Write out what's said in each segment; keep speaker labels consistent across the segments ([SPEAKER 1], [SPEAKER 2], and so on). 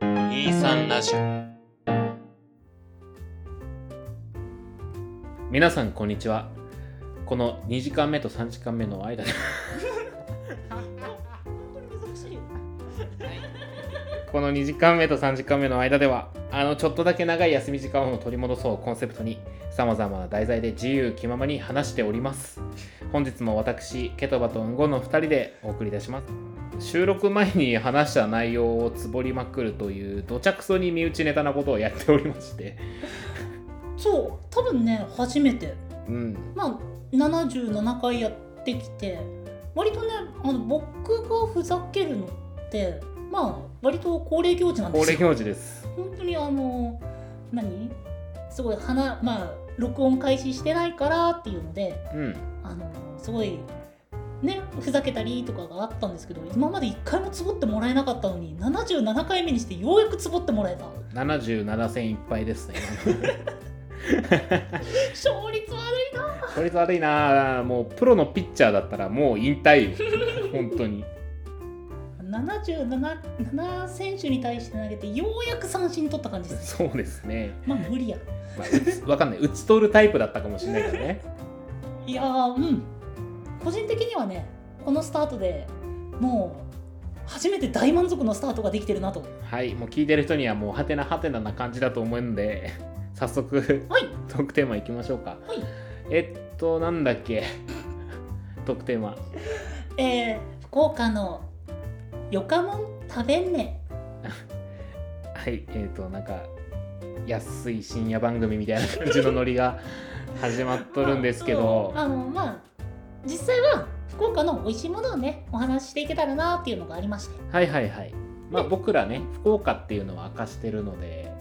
[SPEAKER 1] 23ラジオ皆さんこんにちはこの2時間目と3時間目の間にこの2時間目と3時間目の間ではあのちょっとだけ長い休み時間を取り戻そうコンセプトにさまざまな題材で自由気ままに話しております本日も私ケトバとウンゴの2人でお送りいたします収録前に話した内容をつぼりまくるというどちゃくそに身内ネタなことをやっておりまして
[SPEAKER 2] そう多分ね初めて
[SPEAKER 1] うん
[SPEAKER 2] まあ77回やってきて割とねあの僕がふざけるのってまあ割と恒例行事なんで
[SPEAKER 1] 恒
[SPEAKER 2] す
[SPEAKER 1] 例
[SPEAKER 2] よ
[SPEAKER 1] 行事です
[SPEAKER 2] 本当にあの何すごい花まあ録音開始してないからっていうので
[SPEAKER 1] うん
[SPEAKER 2] あのすごいねふざけたりとかがあったんですけど今まで1回もつぼってもらえなかったのに77回目にしてようやくつぼってもらえた
[SPEAKER 1] 77戦いっぱいですね
[SPEAKER 2] 勝率悪いな
[SPEAKER 1] これ悪いなもうプロのピッチャーだったらもう引退 よ本当に
[SPEAKER 2] 77選手に対して投げてようやく三振取った感じですね
[SPEAKER 1] そうですね、
[SPEAKER 2] まあ無理や
[SPEAKER 1] まあ、打つわかんない打ち取るタイプだったかもしれないからね
[SPEAKER 2] いやーうん個人的にはねこのスタートでもう初めて大満足のスタートができてるなと
[SPEAKER 1] はいもう聞いてる人にはもうハテナハテナな感じだと思うんで 早速
[SPEAKER 2] はい
[SPEAKER 1] トークテーマいきましょうか、
[SPEAKER 2] い
[SPEAKER 1] えっとなんだっけ トークテーマ
[SPEAKER 2] えー、福岡のよかもん食べんね
[SPEAKER 1] はいえっとなんか安い深夜番組みたいな感じのノリが始まっとるんですけ ど
[SPEAKER 2] あのまあ実際は福岡の美味しいものをねお話ししていけたらなっていうのがありまして
[SPEAKER 1] はいはいはいまあ僕らね福岡っていうのは明かしてるので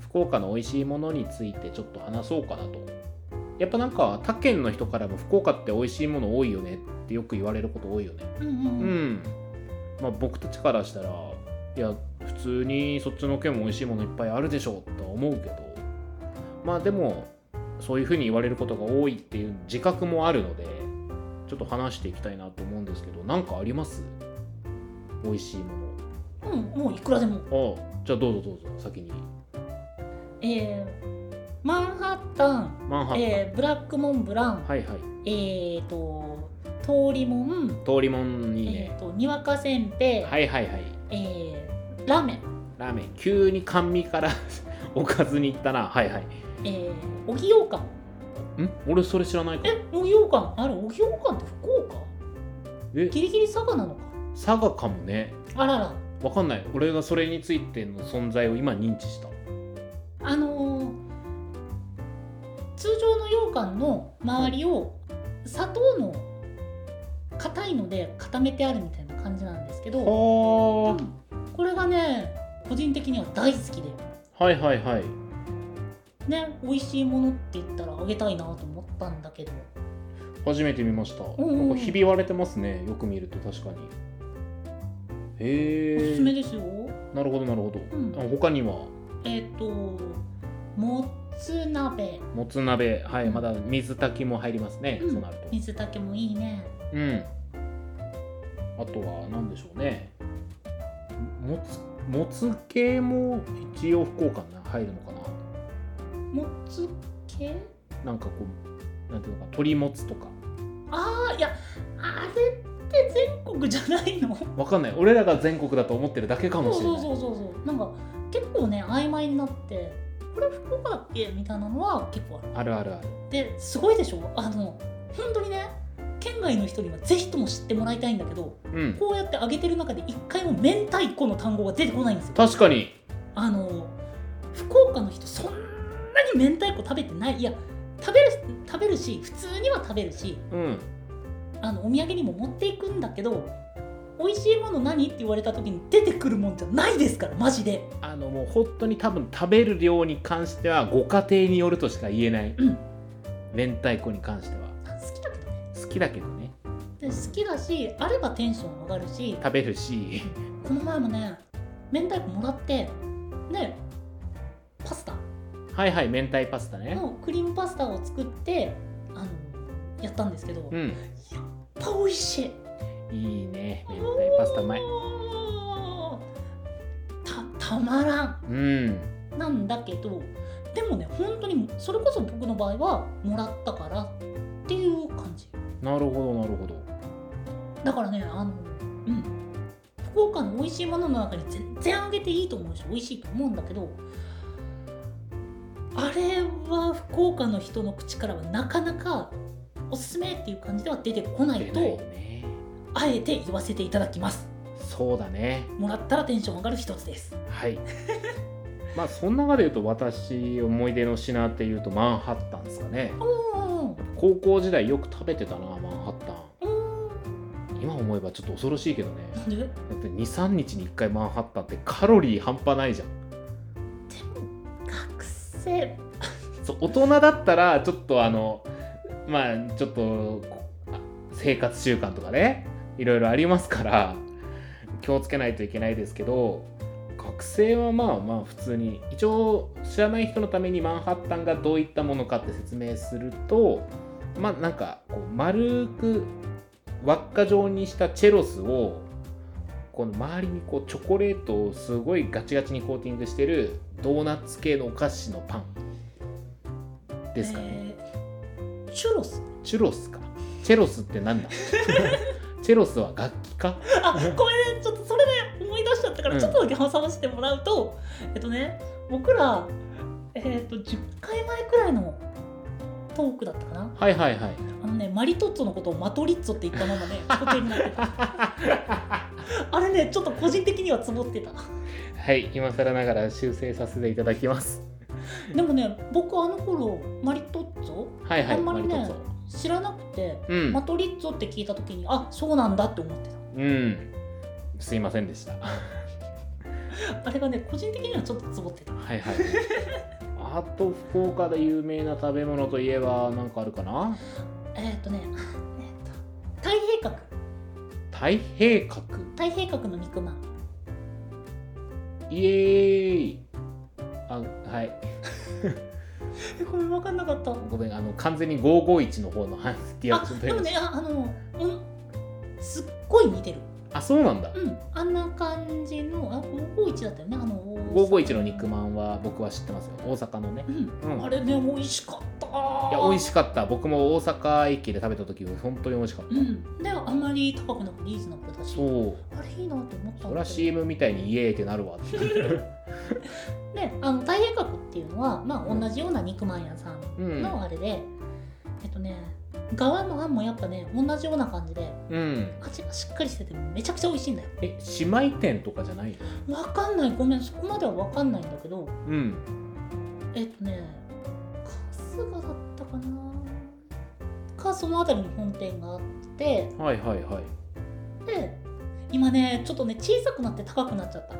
[SPEAKER 1] 福岡の美味しいものについてちょっと話そうかなとやっぱなんか他県の人からも福岡って美味しいもの多いよねってよく言われること多いよね
[SPEAKER 2] うん
[SPEAKER 1] う
[SPEAKER 2] うん、
[SPEAKER 1] ん、まあ、僕たちからしたらいや普通にそっちの県も美味しいものいっぱいあるでしょうとは思うけどまあでもそういうふうに言われることが多いっていう自覚もあるのでちょっと話していきたいなと思うんですけど何かあります美味しいも
[SPEAKER 2] うん、もういくらでも
[SPEAKER 1] のああじゃあどうぞどうぞ先に
[SPEAKER 2] えー、マンハッタン、
[SPEAKER 1] マンハッタン、
[SPEAKER 2] えー、ブラックモンブラン、
[SPEAKER 1] はいはい
[SPEAKER 2] えーと通りもん、
[SPEAKER 1] 通りもんいい
[SPEAKER 2] え
[SPEAKER 1] ね
[SPEAKER 2] ー、、とにわかせんべい、
[SPEAKER 1] はいはいはい
[SPEAKER 2] えーラーメン、
[SPEAKER 1] ラーメン急に甘味から おかずに行ったなはいはい
[SPEAKER 2] えー、おぎようかん
[SPEAKER 1] ん俺それ知らないかも
[SPEAKER 2] えおぎようかんあれおぎようかんって福岡
[SPEAKER 1] え
[SPEAKER 2] ギリギリ佐賀なのか
[SPEAKER 1] 佐賀かもね
[SPEAKER 2] あらら
[SPEAKER 1] わかんない俺がそれについての存在を今認知した
[SPEAKER 2] あのー通常の羊羹の周りを砂糖の硬いので固めてあるみたいな感じなんですけど、
[SPEAKER 1] は
[SPEAKER 2] うんこれがね個人的には大好きで
[SPEAKER 1] はいはいはい
[SPEAKER 2] ね美味しいものって言ったらあげたいなと思ったんだけど
[SPEAKER 1] 初めて見ました
[SPEAKER 2] んうん
[SPEAKER 1] なんかひび割れてますねよく見ると確かに
[SPEAKER 2] おすすめ
[SPEAKER 1] へえ
[SPEAKER 2] ですよ
[SPEAKER 1] なるほどなるほど、
[SPEAKER 2] ん
[SPEAKER 1] あ他には
[SPEAKER 2] えっ、ともつ鍋
[SPEAKER 1] もつ鍋はい
[SPEAKER 2] うん
[SPEAKER 1] まだ水炊きも入りますね、
[SPEAKER 2] うん
[SPEAKER 1] そうなると
[SPEAKER 2] 水炊きもいいね
[SPEAKER 1] うんあとは何でしょうねもつもつ系も一応福岡に入るのか
[SPEAKER 2] もつ系
[SPEAKER 1] ななんかこうなんていうのか鶏もつとか
[SPEAKER 2] あーいやあれって全国じゃないの
[SPEAKER 1] わかんない俺らが全国だと思ってるだけかも
[SPEAKER 2] そう
[SPEAKER 1] しれ
[SPEAKER 2] そ
[SPEAKER 1] な
[SPEAKER 2] う
[SPEAKER 1] い
[SPEAKER 2] そうそうそうなんか結構ね曖昧になってこれ福岡だっけみたいなのは結構ある
[SPEAKER 1] あるあるある
[SPEAKER 2] ですごいでしょあの本当にね県外の人にはぜひとも知ってもらいたいんだけど
[SPEAKER 1] うん
[SPEAKER 2] こうやって上げてる中で一回も明太子の単語が出てこないんですよ
[SPEAKER 1] 確かに
[SPEAKER 2] あの福岡の人そんなに明太子食べてないいや食べる食べるし普通には食べるし
[SPEAKER 1] うん
[SPEAKER 2] あのお土産にも持っていくんだけど美味しいもの何って言われた時に出てくるもんじゃないですからマジで
[SPEAKER 1] あのもう本当に多分食べる量に関してはご家庭によるとしか言えない、
[SPEAKER 2] うん
[SPEAKER 1] 明太子に関しては
[SPEAKER 2] あ好きだけどね
[SPEAKER 1] 好きだけどね
[SPEAKER 2] で好きだしあればテンション上がるし
[SPEAKER 1] 食べるし
[SPEAKER 2] この前もね明太子もらってねパスタ
[SPEAKER 1] はいはい明太パスタね
[SPEAKER 2] のクリームパスタを作ってあのやったんですけど、
[SPEAKER 1] う
[SPEAKER 2] やっ
[SPEAKER 1] ん
[SPEAKER 2] ぱ美味しい
[SPEAKER 1] いいね明太パスタうまい
[SPEAKER 2] おーたたまらん
[SPEAKER 1] うん
[SPEAKER 2] なんだけどでもね本当にそれこそ僕の場合はもらったからっていう感じ
[SPEAKER 1] なるほどなるほど
[SPEAKER 2] だからねあのうん福岡の美味しいものの中に全然あげていいと思うし美味しいと思うんだけどあれは福岡の人の口からはなかなかおすすめっていう感じでは出てこない
[SPEAKER 1] 出ない
[SPEAKER 2] と
[SPEAKER 1] ね
[SPEAKER 2] あえて言わせていただきます
[SPEAKER 1] そうだね
[SPEAKER 2] もらったらテンション上がる一つです
[SPEAKER 1] はい まあその中で言うと私思い出の品っていうとマンハッタンですかね
[SPEAKER 2] おー
[SPEAKER 1] 高校時代よく食べてたなマンハッタ
[SPEAKER 2] お
[SPEAKER 1] ン今思えばちょっと恐ろしいけどね
[SPEAKER 2] ーなんででも
[SPEAKER 1] だって23日に1回マンハッタンってカロリー半端ないじゃん
[SPEAKER 2] 学生
[SPEAKER 1] そう大人だったらちょっとあのまあちょっとこあ生活習慣とかねいろいろありますから気をつけないといけないですけど学生はまあまあ普通に一応知らない人のためにマンハッタンがどういったものかって説明するとまあなんかこう丸く輪っか状にしたチェロスをこの周りにこうチョコレートをすごいガチガチにコーティングしてるドーナツ系のお菓子のパンですかね。
[SPEAKER 2] えーチュロス
[SPEAKER 1] チュロスかチェロスって なんだチェロスは楽器か
[SPEAKER 2] あこれねちょっとそれで思い出しちゃったか
[SPEAKER 1] うん
[SPEAKER 2] らちょっとだけ挟ませてもらうと、えっとね僕ら、えっと10回前くらいのトークだったかな
[SPEAKER 1] はいはい はい
[SPEAKER 2] あのねマリトッツォのことをマトリッツォって言ったまま ね固定になってたあれねちょっと個人的にはつぼってた
[SPEAKER 1] はい今更ながら修正させていただきます
[SPEAKER 2] でもね僕あの頃マリトッツォ
[SPEAKER 1] はいはい
[SPEAKER 2] あんまりね
[SPEAKER 1] マリトッツ
[SPEAKER 2] 知らなくて、
[SPEAKER 1] ォうん、
[SPEAKER 2] マトリッツォって聞いた時にあそうなんだって思って
[SPEAKER 1] うんすいませんでしたは
[SPEAKER 2] たあれがね個人的にはちょっとつぼってた
[SPEAKER 1] い はいあと福岡で有名な食べ物といえば何かあるかな
[SPEAKER 2] えっとね えっと太平角
[SPEAKER 1] 太平閣
[SPEAKER 2] 太平角の肉まん
[SPEAKER 1] イエーイあはい
[SPEAKER 2] えこれ分かんなかった
[SPEAKER 1] ごめんあの完全に551の方の話リアクショ
[SPEAKER 2] あ
[SPEAKER 1] ンとい
[SPEAKER 2] で
[SPEAKER 1] う
[SPEAKER 2] も
[SPEAKER 1] か
[SPEAKER 2] ねああのうんすっごい似てる
[SPEAKER 1] あそうなんだ
[SPEAKER 2] うんあんな感じのあ551だったよねあの
[SPEAKER 1] 551の肉ま
[SPEAKER 2] ん
[SPEAKER 1] んは僕は知ってますよ大阪のね
[SPEAKER 2] うん、
[SPEAKER 1] うん
[SPEAKER 2] あれね美味しかった
[SPEAKER 1] いや美味
[SPEAKER 2] し
[SPEAKER 1] しかった僕も大阪駅で食べた時本当に美味しかった、
[SPEAKER 2] うんであんまり高くなくリーズナブルだし
[SPEAKER 1] そう
[SPEAKER 2] あれいいなと思ったんだけど
[SPEAKER 1] そりゃ CM みたいにイエーイってな るわっていう、
[SPEAKER 2] であの太平角っていうのは、まあ、同じような肉まん屋さん
[SPEAKER 1] うん
[SPEAKER 2] のあれで、えっとね側のあんもやっぱね同じような感じで
[SPEAKER 1] うん、
[SPEAKER 2] 味がしっかりしててめちゃくちゃ美味しいんだよ
[SPEAKER 1] え姉妹店とかじゃないの
[SPEAKER 2] わかんないごめんそこまではわかんないんだけど
[SPEAKER 1] うん
[SPEAKER 2] えっとね春日だったかなかその辺りに本店があって
[SPEAKER 1] はいはいはい
[SPEAKER 2] で今ねちょっとね小さくなって高くなっちゃった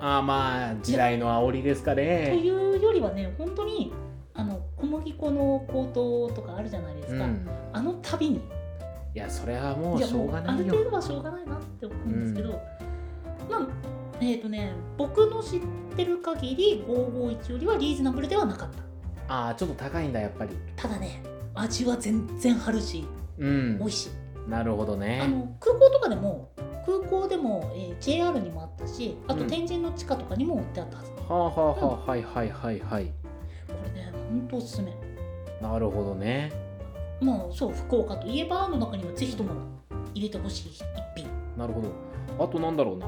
[SPEAKER 1] あーまあ時代の煽りですか
[SPEAKER 2] と
[SPEAKER 1] ね
[SPEAKER 2] いうよりはね本当にあの小麦粉の高騰とかあるじゃないです
[SPEAKER 1] う
[SPEAKER 2] か、
[SPEAKER 1] ん
[SPEAKER 2] あの度に
[SPEAKER 1] いやそれはもう
[SPEAKER 2] や
[SPEAKER 1] しょうが
[SPEAKER 2] あ
[SPEAKER 1] な
[SPEAKER 2] る
[SPEAKER 1] い
[SPEAKER 2] 程
[SPEAKER 1] よ
[SPEAKER 2] 度はしょうがないなって思うんですけど、まあえっ、とね僕の知ってる限り551よりはリーズナブルではなかった
[SPEAKER 1] ああちょっと高いんだやっぱり
[SPEAKER 2] ただね味は全然春し
[SPEAKER 1] うん
[SPEAKER 2] 美味しい、
[SPEAKER 1] なるほど
[SPEAKER 2] あ
[SPEAKER 1] ね
[SPEAKER 2] の空港とかでも空港でも、えー JR にもあったしあと
[SPEAKER 1] うん
[SPEAKER 2] 天神の地下とかにも売ってあったはず、
[SPEAKER 1] はあはあはあはいはいはいはい
[SPEAKER 2] これねほんとおすすめ
[SPEAKER 1] なるほどね
[SPEAKER 2] もうそう福岡といえばの中にはぜひとも入れてほしい一品
[SPEAKER 1] なるほどあとなんだろうな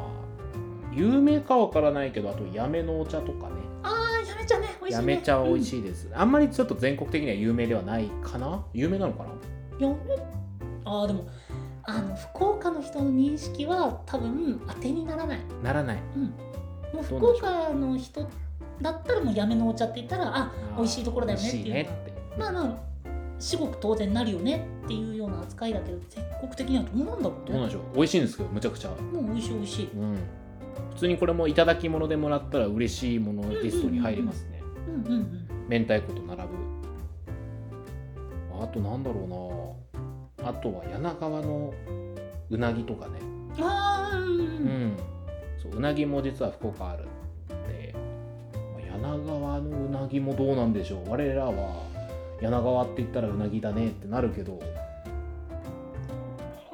[SPEAKER 1] 有名かわからないけどあとやめのお茶とかね
[SPEAKER 2] あーやめちゃね美味しいね
[SPEAKER 1] やめ茶は美味
[SPEAKER 2] い、
[SPEAKER 1] しいです、あんまりちょっと全国的には有名ではないかな有名なのかな
[SPEAKER 2] うんやめあーでもあの福岡の人の認識は多分当てにならない
[SPEAKER 1] ならない
[SPEAKER 2] もう
[SPEAKER 1] どう
[SPEAKER 2] 福岡の人だったらもうやめのお茶って言ったらあ美味しいところだよねっていう
[SPEAKER 1] 美味しいねって
[SPEAKER 2] まあまあ至極当然なるよねっていうような扱いだけど全国的にはどうなんだろう
[SPEAKER 1] どうなん
[SPEAKER 2] ね
[SPEAKER 1] でしょう美味しいんですけどむちゃくちゃ
[SPEAKER 2] もう美味しい美味しい
[SPEAKER 1] うん普通にこれもいただき物でもらったら嬉しいものリストに入りますね、
[SPEAKER 2] うんうんうん
[SPEAKER 1] 明太子と並ぶあとなんだろうなあとは柳川のうなぎとかね
[SPEAKER 2] あーうんう
[SPEAKER 1] うんん、そううなぎも実は福岡あるでまあ柳川のうなぎもどうなんでしょう我らは柳川って言ったらうなぎだねってなるけど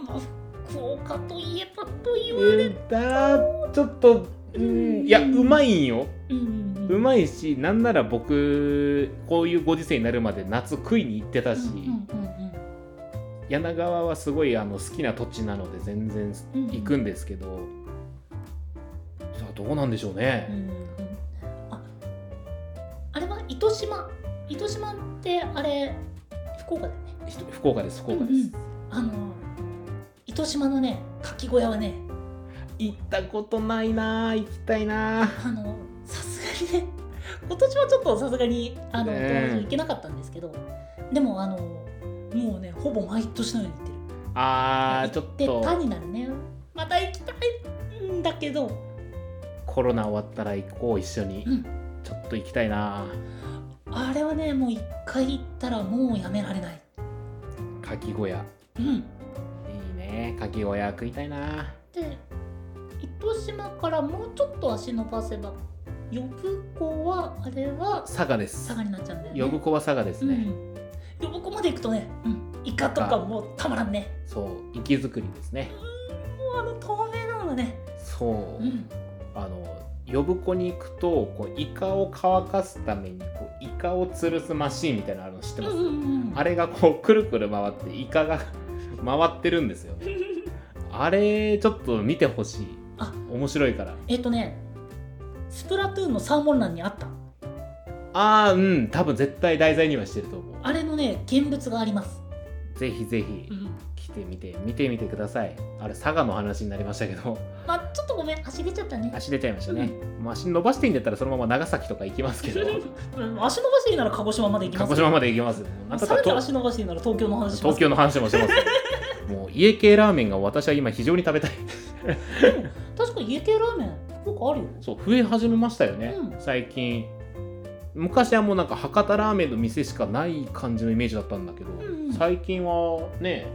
[SPEAKER 2] まあ福岡といえばと言われ
[SPEAKER 1] えーだーちょっとうんいやうまいんよ
[SPEAKER 2] うんうん
[SPEAKER 1] う
[SPEAKER 2] い
[SPEAKER 1] まいしなんなら僕こういうご時世になるまで夏食いに行ってたし、
[SPEAKER 2] うんうん
[SPEAKER 1] 柳川はすごいあの好きな土地なので全然
[SPEAKER 2] うん
[SPEAKER 1] 行くんですけど、さあどうなんでしょうね、
[SPEAKER 2] うんうんああれは糸島糸島ってあれ福岡だよね
[SPEAKER 1] ひと福岡です福岡です、
[SPEAKER 2] うんうんあの糸島のねかき小屋はね
[SPEAKER 1] 行ったことないなあ行きたいなあ
[SPEAKER 2] あのさすがにね 今年はちょっとさすがにあ
[SPEAKER 1] ね
[SPEAKER 2] の、
[SPEAKER 1] え
[SPEAKER 2] 友達と行けなかったんですけどでもあのもうねほぼ毎年のように行ってる
[SPEAKER 1] あーちょっ
[SPEAKER 2] でパ
[SPEAKER 1] と
[SPEAKER 2] になるねまた行きたいんだけど、
[SPEAKER 1] コロナ終わったら行こう一緒に、
[SPEAKER 2] うん、
[SPEAKER 1] ちょっと行きたいな
[SPEAKER 2] あれはねもう一回行ったらもうやめられない
[SPEAKER 1] あかき小屋
[SPEAKER 2] うん
[SPEAKER 1] いいねかき小屋食いたいなあ
[SPEAKER 2] で糸島からもうちょっと足伸ばせば呼子はあれは
[SPEAKER 1] 佐賀です
[SPEAKER 2] 佐賀になっちゃうんだよね
[SPEAKER 1] 呼子は佐賀です
[SPEAKER 2] う
[SPEAKER 1] ね、
[SPEAKER 2] ん、呼子まで行くとね、うん、イカとかもうたまらんね
[SPEAKER 1] そう息づくりですね
[SPEAKER 2] もうあの透明なのがね、
[SPEAKER 1] そう、
[SPEAKER 2] うん、
[SPEAKER 1] あの呼子に行くとこうイカを乾かすためにこうイカを吊るすマシーンみたいなのあるの知ってます、
[SPEAKER 2] うん
[SPEAKER 1] あれがこうくるくる回ってイカが 回ってるんですよねあれちょっと見てほしい
[SPEAKER 2] あ
[SPEAKER 1] 面白いから
[SPEAKER 2] えっとねスプラトゥーンのサーモン欄にあった
[SPEAKER 1] ああうん多分絶対題材にはしてると思
[SPEAKER 2] あれのね現物があります、
[SPEAKER 1] うぜひぜひ
[SPEAKER 2] ん、
[SPEAKER 1] 来てみて見てみてくださいあれ佐賀の話になりましたけど
[SPEAKER 2] まあちょっとごめん足出ちゃった ね
[SPEAKER 1] 足出ちゃいましたね、まあ足伸ばしていいんだったらそのまま長崎と か行きますけど
[SPEAKER 2] うん足伸ばしていいなら鹿児島まで行きま
[SPEAKER 1] 鹿
[SPEAKER 2] す
[SPEAKER 1] 児島まで行きますよなんとか
[SPEAKER 2] さ
[SPEAKER 1] ら
[SPEAKER 2] に
[SPEAKER 1] と
[SPEAKER 2] 足伸ばしていいなら東京の話します
[SPEAKER 1] 東京の話もしてますよもう家系ラーメンが私は今非常に食べたい
[SPEAKER 2] 確か家系ラーメン福岡あるよ
[SPEAKER 1] そう増え始めましたよね、
[SPEAKER 2] うん
[SPEAKER 1] 最近昔はもうなんか博多ラーメンの店しかない感じのイメージだったんだけど、
[SPEAKER 2] んうん
[SPEAKER 1] 最近はね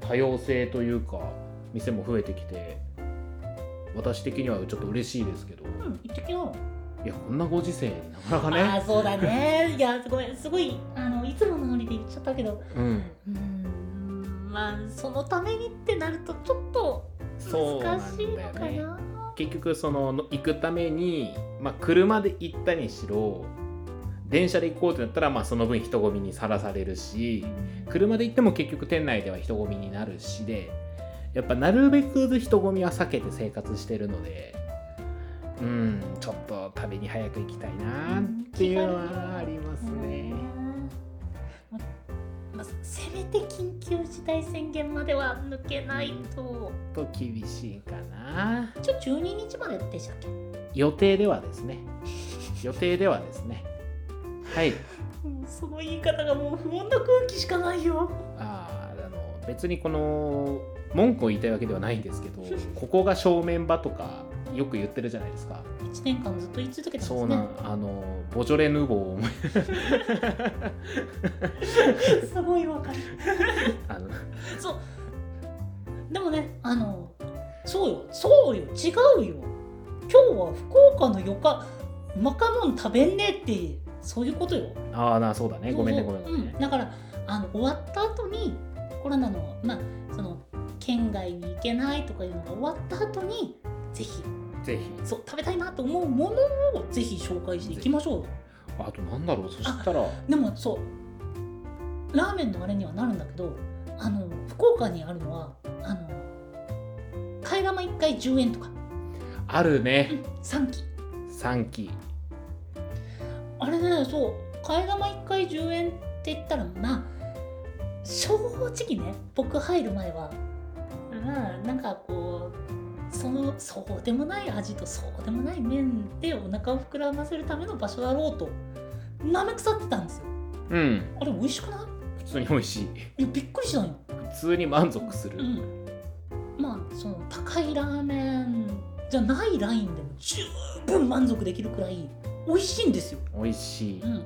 [SPEAKER 1] 多様性というか店も増えてきて私的にはちょっと嬉しいですけど、
[SPEAKER 2] うん行ってきよう
[SPEAKER 1] いやこんなご時世になかなか
[SPEAKER 2] ああ
[SPEAKER 1] ね、
[SPEAKER 2] そうだねいやすごいすごいあのいつものノリで言っちゃったけど
[SPEAKER 1] うん、
[SPEAKER 2] うーんまあそのためにってなるとちょっと
[SPEAKER 1] そうな
[SPEAKER 2] 難
[SPEAKER 1] ん
[SPEAKER 2] しいの
[SPEAKER 1] だよ
[SPEAKER 2] かな
[SPEAKER 1] ね結局そのの行くために、まあ、車で行ったにしろ電車で行こうってなったら、まあ、その分人混みにさらされるし車で行っても結局店内では人混みになるしでやっぱなるべく人混みは避けて生活してるのでうんちょっと旅に早く行きたいなっていうのはありますね。
[SPEAKER 2] ままあせめて緊急事態宣言までは抜けないと
[SPEAKER 1] ちょっと厳しいかな
[SPEAKER 2] ちょ12日まででしたっけ
[SPEAKER 1] 予定ではですね予定ではですねはい
[SPEAKER 2] もうその言い方がもう不穏な空気しかないよ。
[SPEAKER 1] あーあの別にこの文句を言いたいわけではないんですけ どここが正面場とかよく言ってるじゃないですか
[SPEAKER 2] 1年間ずっと言い続けたんですね。
[SPEAKER 1] そうなんあのボジョレ・ヌーボーを思い
[SPEAKER 2] すごいわかる。
[SPEAKER 1] あの
[SPEAKER 2] そう。でもね、あの、そうよ、そうよ、違うよ。今日は福岡のよか、うまかもん食べんねえって、そういうことよ。
[SPEAKER 1] ああなそうだねごめんね
[SPEAKER 2] そう
[SPEAKER 1] ご
[SPEAKER 2] そ
[SPEAKER 1] めご
[SPEAKER 2] うん
[SPEAKER 1] めん
[SPEAKER 2] う
[SPEAKER 1] ね
[SPEAKER 2] ん、だから、あの、終わった後に、コロナの、まあ、その、県外に行けないとかいうのが終わった後に、ぜひ、
[SPEAKER 1] ぜひ
[SPEAKER 2] そう、食べたいなと思うものを、ぜひ紹介していきましょうよ。
[SPEAKER 1] あとなんだろうそしたら
[SPEAKER 2] でもそうラーメンのあれにはなるんだけどあの福岡にあるのはあの替え玉1回10円とか
[SPEAKER 1] あるね
[SPEAKER 2] 3期
[SPEAKER 1] 3期
[SPEAKER 2] あれねそう替え玉1回10円って言ったらまあ正直ね僕入る前はまあなんかこうそのそうでもない味とそうでもない麺でお腹を膨らませるための場所だろうとなめ腐ってたんですよ
[SPEAKER 1] うん
[SPEAKER 2] あれ美味しくない
[SPEAKER 1] 普通に美味しい
[SPEAKER 2] いやびっくりしたのよ
[SPEAKER 1] 普通に満足する、
[SPEAKER 2] うん、まあその高いラーメンじゃないラインでも十分満足できるくらい美味しいんですよ。
[SPEAKER 1] 美味しい、
[SPEAKER 2] うん、で、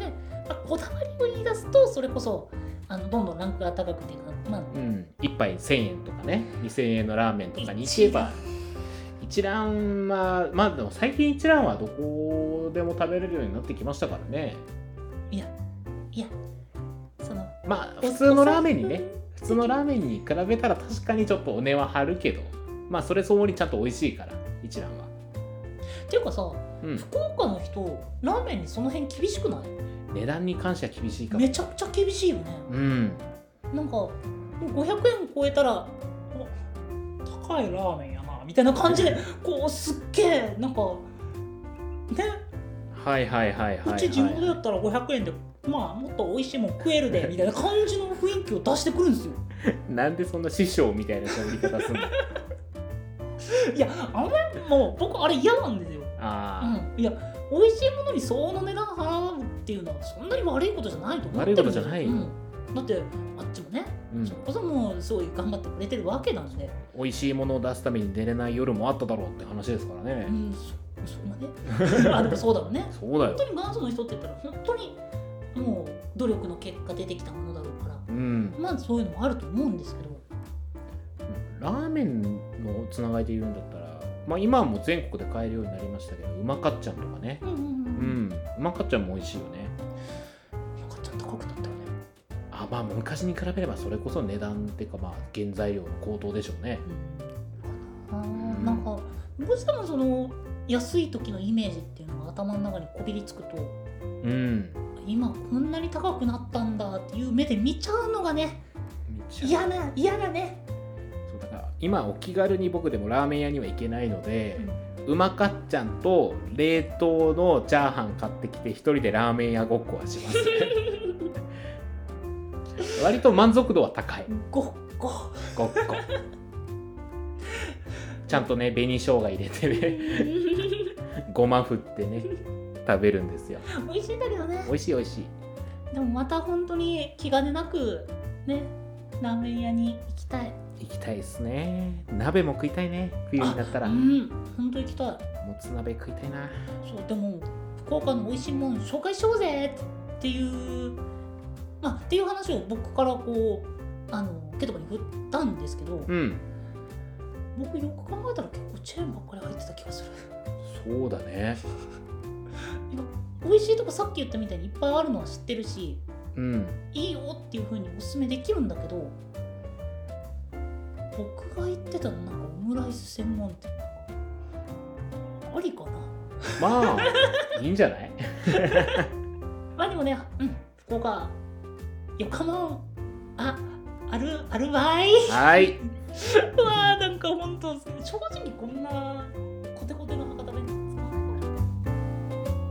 [SPEAKER 2] まあ、こだわりを言い出すとそれこそあのどんどんランクが高くていくまあ
[SPEAKER 1] うん、1杯1000円とかね2000円のラーメンとかに行けば一蘭はまあでも最近一蘭はどこでも食べれるようになってきましたからね
[SPEAKER 2] いやいやその
[SPEAKER 1] まあ
[SPEAKER 2] お
[SPEAKER 1] 普通のラーメンに
[SPEAKER 2] お
[SPEAKER 1] ね
[SPEAKER 2] 財布
[SPEAKER 1] 普通のラーメンに比べたら確かにちょっとお値は張るけどまあそれ相応にちゃんと美味しいから一蘭は
[SPEAKER 2] ていうかさ
[SPEAKER 1] うん
[SPEAKER 2] 福岡の人ラーメンにその辺厳しくない
[SPEAKER 1] 値段に関しては厳しいかも
[SPEAKER 2] めちゃくちゃ厳しいよね
[SPEAKER 1] うん
[SPEAKER 2] なんかもう500円超えたらお高いラーメンやなみたいな感 じでこうすっげえなんかね
[SPEAKER 1] はいはいはいはい、は
[SPEAKER 2] こ
[SPEAKER 1] い、
[SPEAKER 2] っち地元だったら500円でまあもっと美味しいもん食えるでみたいな感じの雰囲気を出してくるんですよ
[SPEAKER 1] なんでそんな師匠みたいな喋り方すんの
[SPEAKER 2] いやあれもう僕あれ嫌なんですよ、
[SPEAKER 1] あ
[SPEAKER 2] うん、いや美味しいものに相応の値段払うっていうのはそんなに悪いことじゃないと思ってるんですよ
[SPEAKER 1] 悪いことじゃない
[SPEAKER 2] うん、だってあっちもね
[SPEAKER 1] あ、うん
[SPEAKER 2] それこそもうすごい頑張ってくれてるわけなんで、
[SPEAKER 1] 美味しいものを出すために寝れない夜もあっただろうって話ですからね、
[SPEAKER 2] うん、そそんなね あでもそうだろうね
[SPEAKER 1] そうだよ
[SPEAKER 2] 本当に元祖の人って言ったら本当にもう努力の結果出てきたものだろうから
[SPEAKER 1] うん
[SPEAKER 2] まあそういうのもあると思うんですけど
[SPEAKER 1] ラーメンのつながりで言うんだったら、まあ、今はもう全国で買えるようになりましたけどうまかっちゃんとかね
[SPEAKER 2] うんうんう
[SPEAKER 1] うんんうまかっちゃんも美味しいよね
[SPEAKER 2] なんかちょっと高くなったよね
[SPEAKER 1] あまあ昔に比べればそれこそ値段っていうかまあ原材料の高騰でしょうね
[SPEAKER 2] うんあーなんかどうしてもその安い時のイメージっていうのが頭の中にこびりつくと
[SPEAKER 1] うん
[SPEAKER 2] 今こんなに高くなったんだっていう目で見ちゃうのがね嫌な嫌だね、
[SPEAKER 1] そうだから今お気軽に僕でもラーメン屋には行けないので
[SPEAKER 2] う、ん
[SPEAKER 1] うまかっちゃんと冷凍のチャーハン買ってきて一人でラーメン屋ごっこはし ます割と満足度は高い
[SPEAKER 2] ごっこ
[SPEAKER 1] ごっこちゃんとね紅生姜入れ てねごま振ってね食べるんですよ
[SPEAKER 2] 美味しいんだけどね
[SPEAKER 1] 美味しい美味しい
[SPEAKER 2] でもまた本当に気兼ねなくねラーメン屋に行きたい
[SPEAKER 1] 行きたいですね鍋も食いたいね冬になった
[SPEAKER 2] う
[SPEAKER 1] らも
[SPEAKER 2] ん本当行きたい
[SPEAKER 1] つ鍋食いたいな
[SPEAKER 2] そうでも福岡の美味しいもん紹介しようぜっていうまあっていう話を僕からこうあのケトバに振ったんですけど、
[SPEAKER 1] うん
[SPEAKER 2] 僕よく考えたら結構チェーンばっかり入ってた気がする
[SPEAKER 1] そうだね
[SPEAKER 2] 美味しいとこさっき言ったみたいにいっぱいあるのは知ってるし
[SPEAKER 1] うん
[SPEAKER 2] いいよっていう風におすすめできるんだけど僕が言ってたのなんかオムライス専門店とかありかな
[SPEAKER 1] まあいいんじゃない
[SPEAKER 2] まあでもねうん福岡横浜ああるあるわい
[SPEAKER 1] はい
[SPEAKER 2] わあなんか本当正直こんなコテコテの博多弁使わないから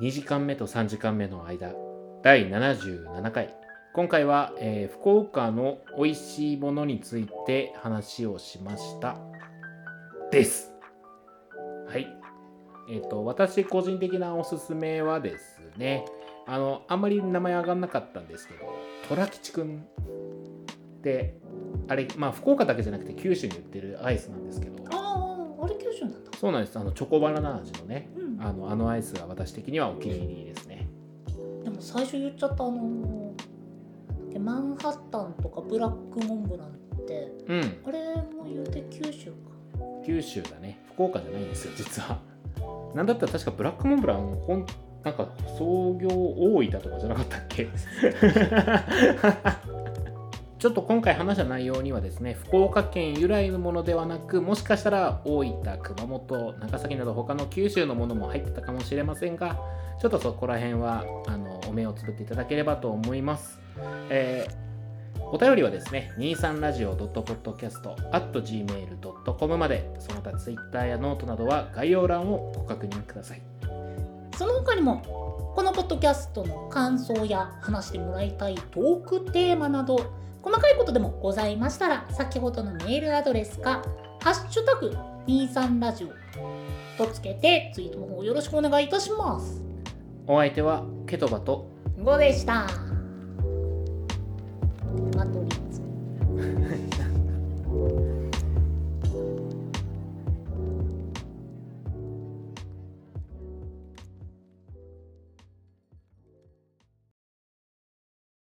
[SPEAKER 1] 2時間目と3時間目の間第77回今回は、えー福岡の美味しいものについて話をしましたですはいえっ、と私個人的なおすすめはですねあのあんまり名前上がんなかったんですけど虎吉くんってあれまあ福岡だけじゃなくて九州に売ってるアイスなんですけど
[SPEAKER 2] あああれ九州なんだ
[SPEAKER 1] そうなんですあのチョコバナナ味のね
[SPEAKER 2] うん
[SPEAKER 1] あのあのアイスが私的にはお気に入りですね
[SPEAKER 2] でも最初言っちゃったあのーでマンハッタンとかブラックモンブランって
[SPEAKER 1] うん
[SPEAKER 2] あれも言うて九州か
[SPEAKER 1] 九州だね福岡じゃないんですよ実は なんだったら確かブラックモンブランほんなんか創業大分とかじゃなかったっけ ちょっと今回話した内容にはですね福岡県由来のものではなくもしかしたら大分熊本長崎など他の九州のものも入ってたかもしれませんがちょっとそこら辺はあのお目をつぶっていただければと思います、えーお便りはですね、23radio.podcast.gmail.com まで、その他 Twitter やノートなどは概要欄をご確認ください。
[SPEAKER 2] その他にもこのポッドキャストの感想や話してもらいたいトークテーマなど細かいことでもございましたら先ほどのメールアドレスか「ハッシュタグ #23 ラジオ」とつけてツイートの方よろしくお願いいたします。
[SPEAKER 1] お相手はケトバと
[SPEAKER 2] 5でしたマトリッツ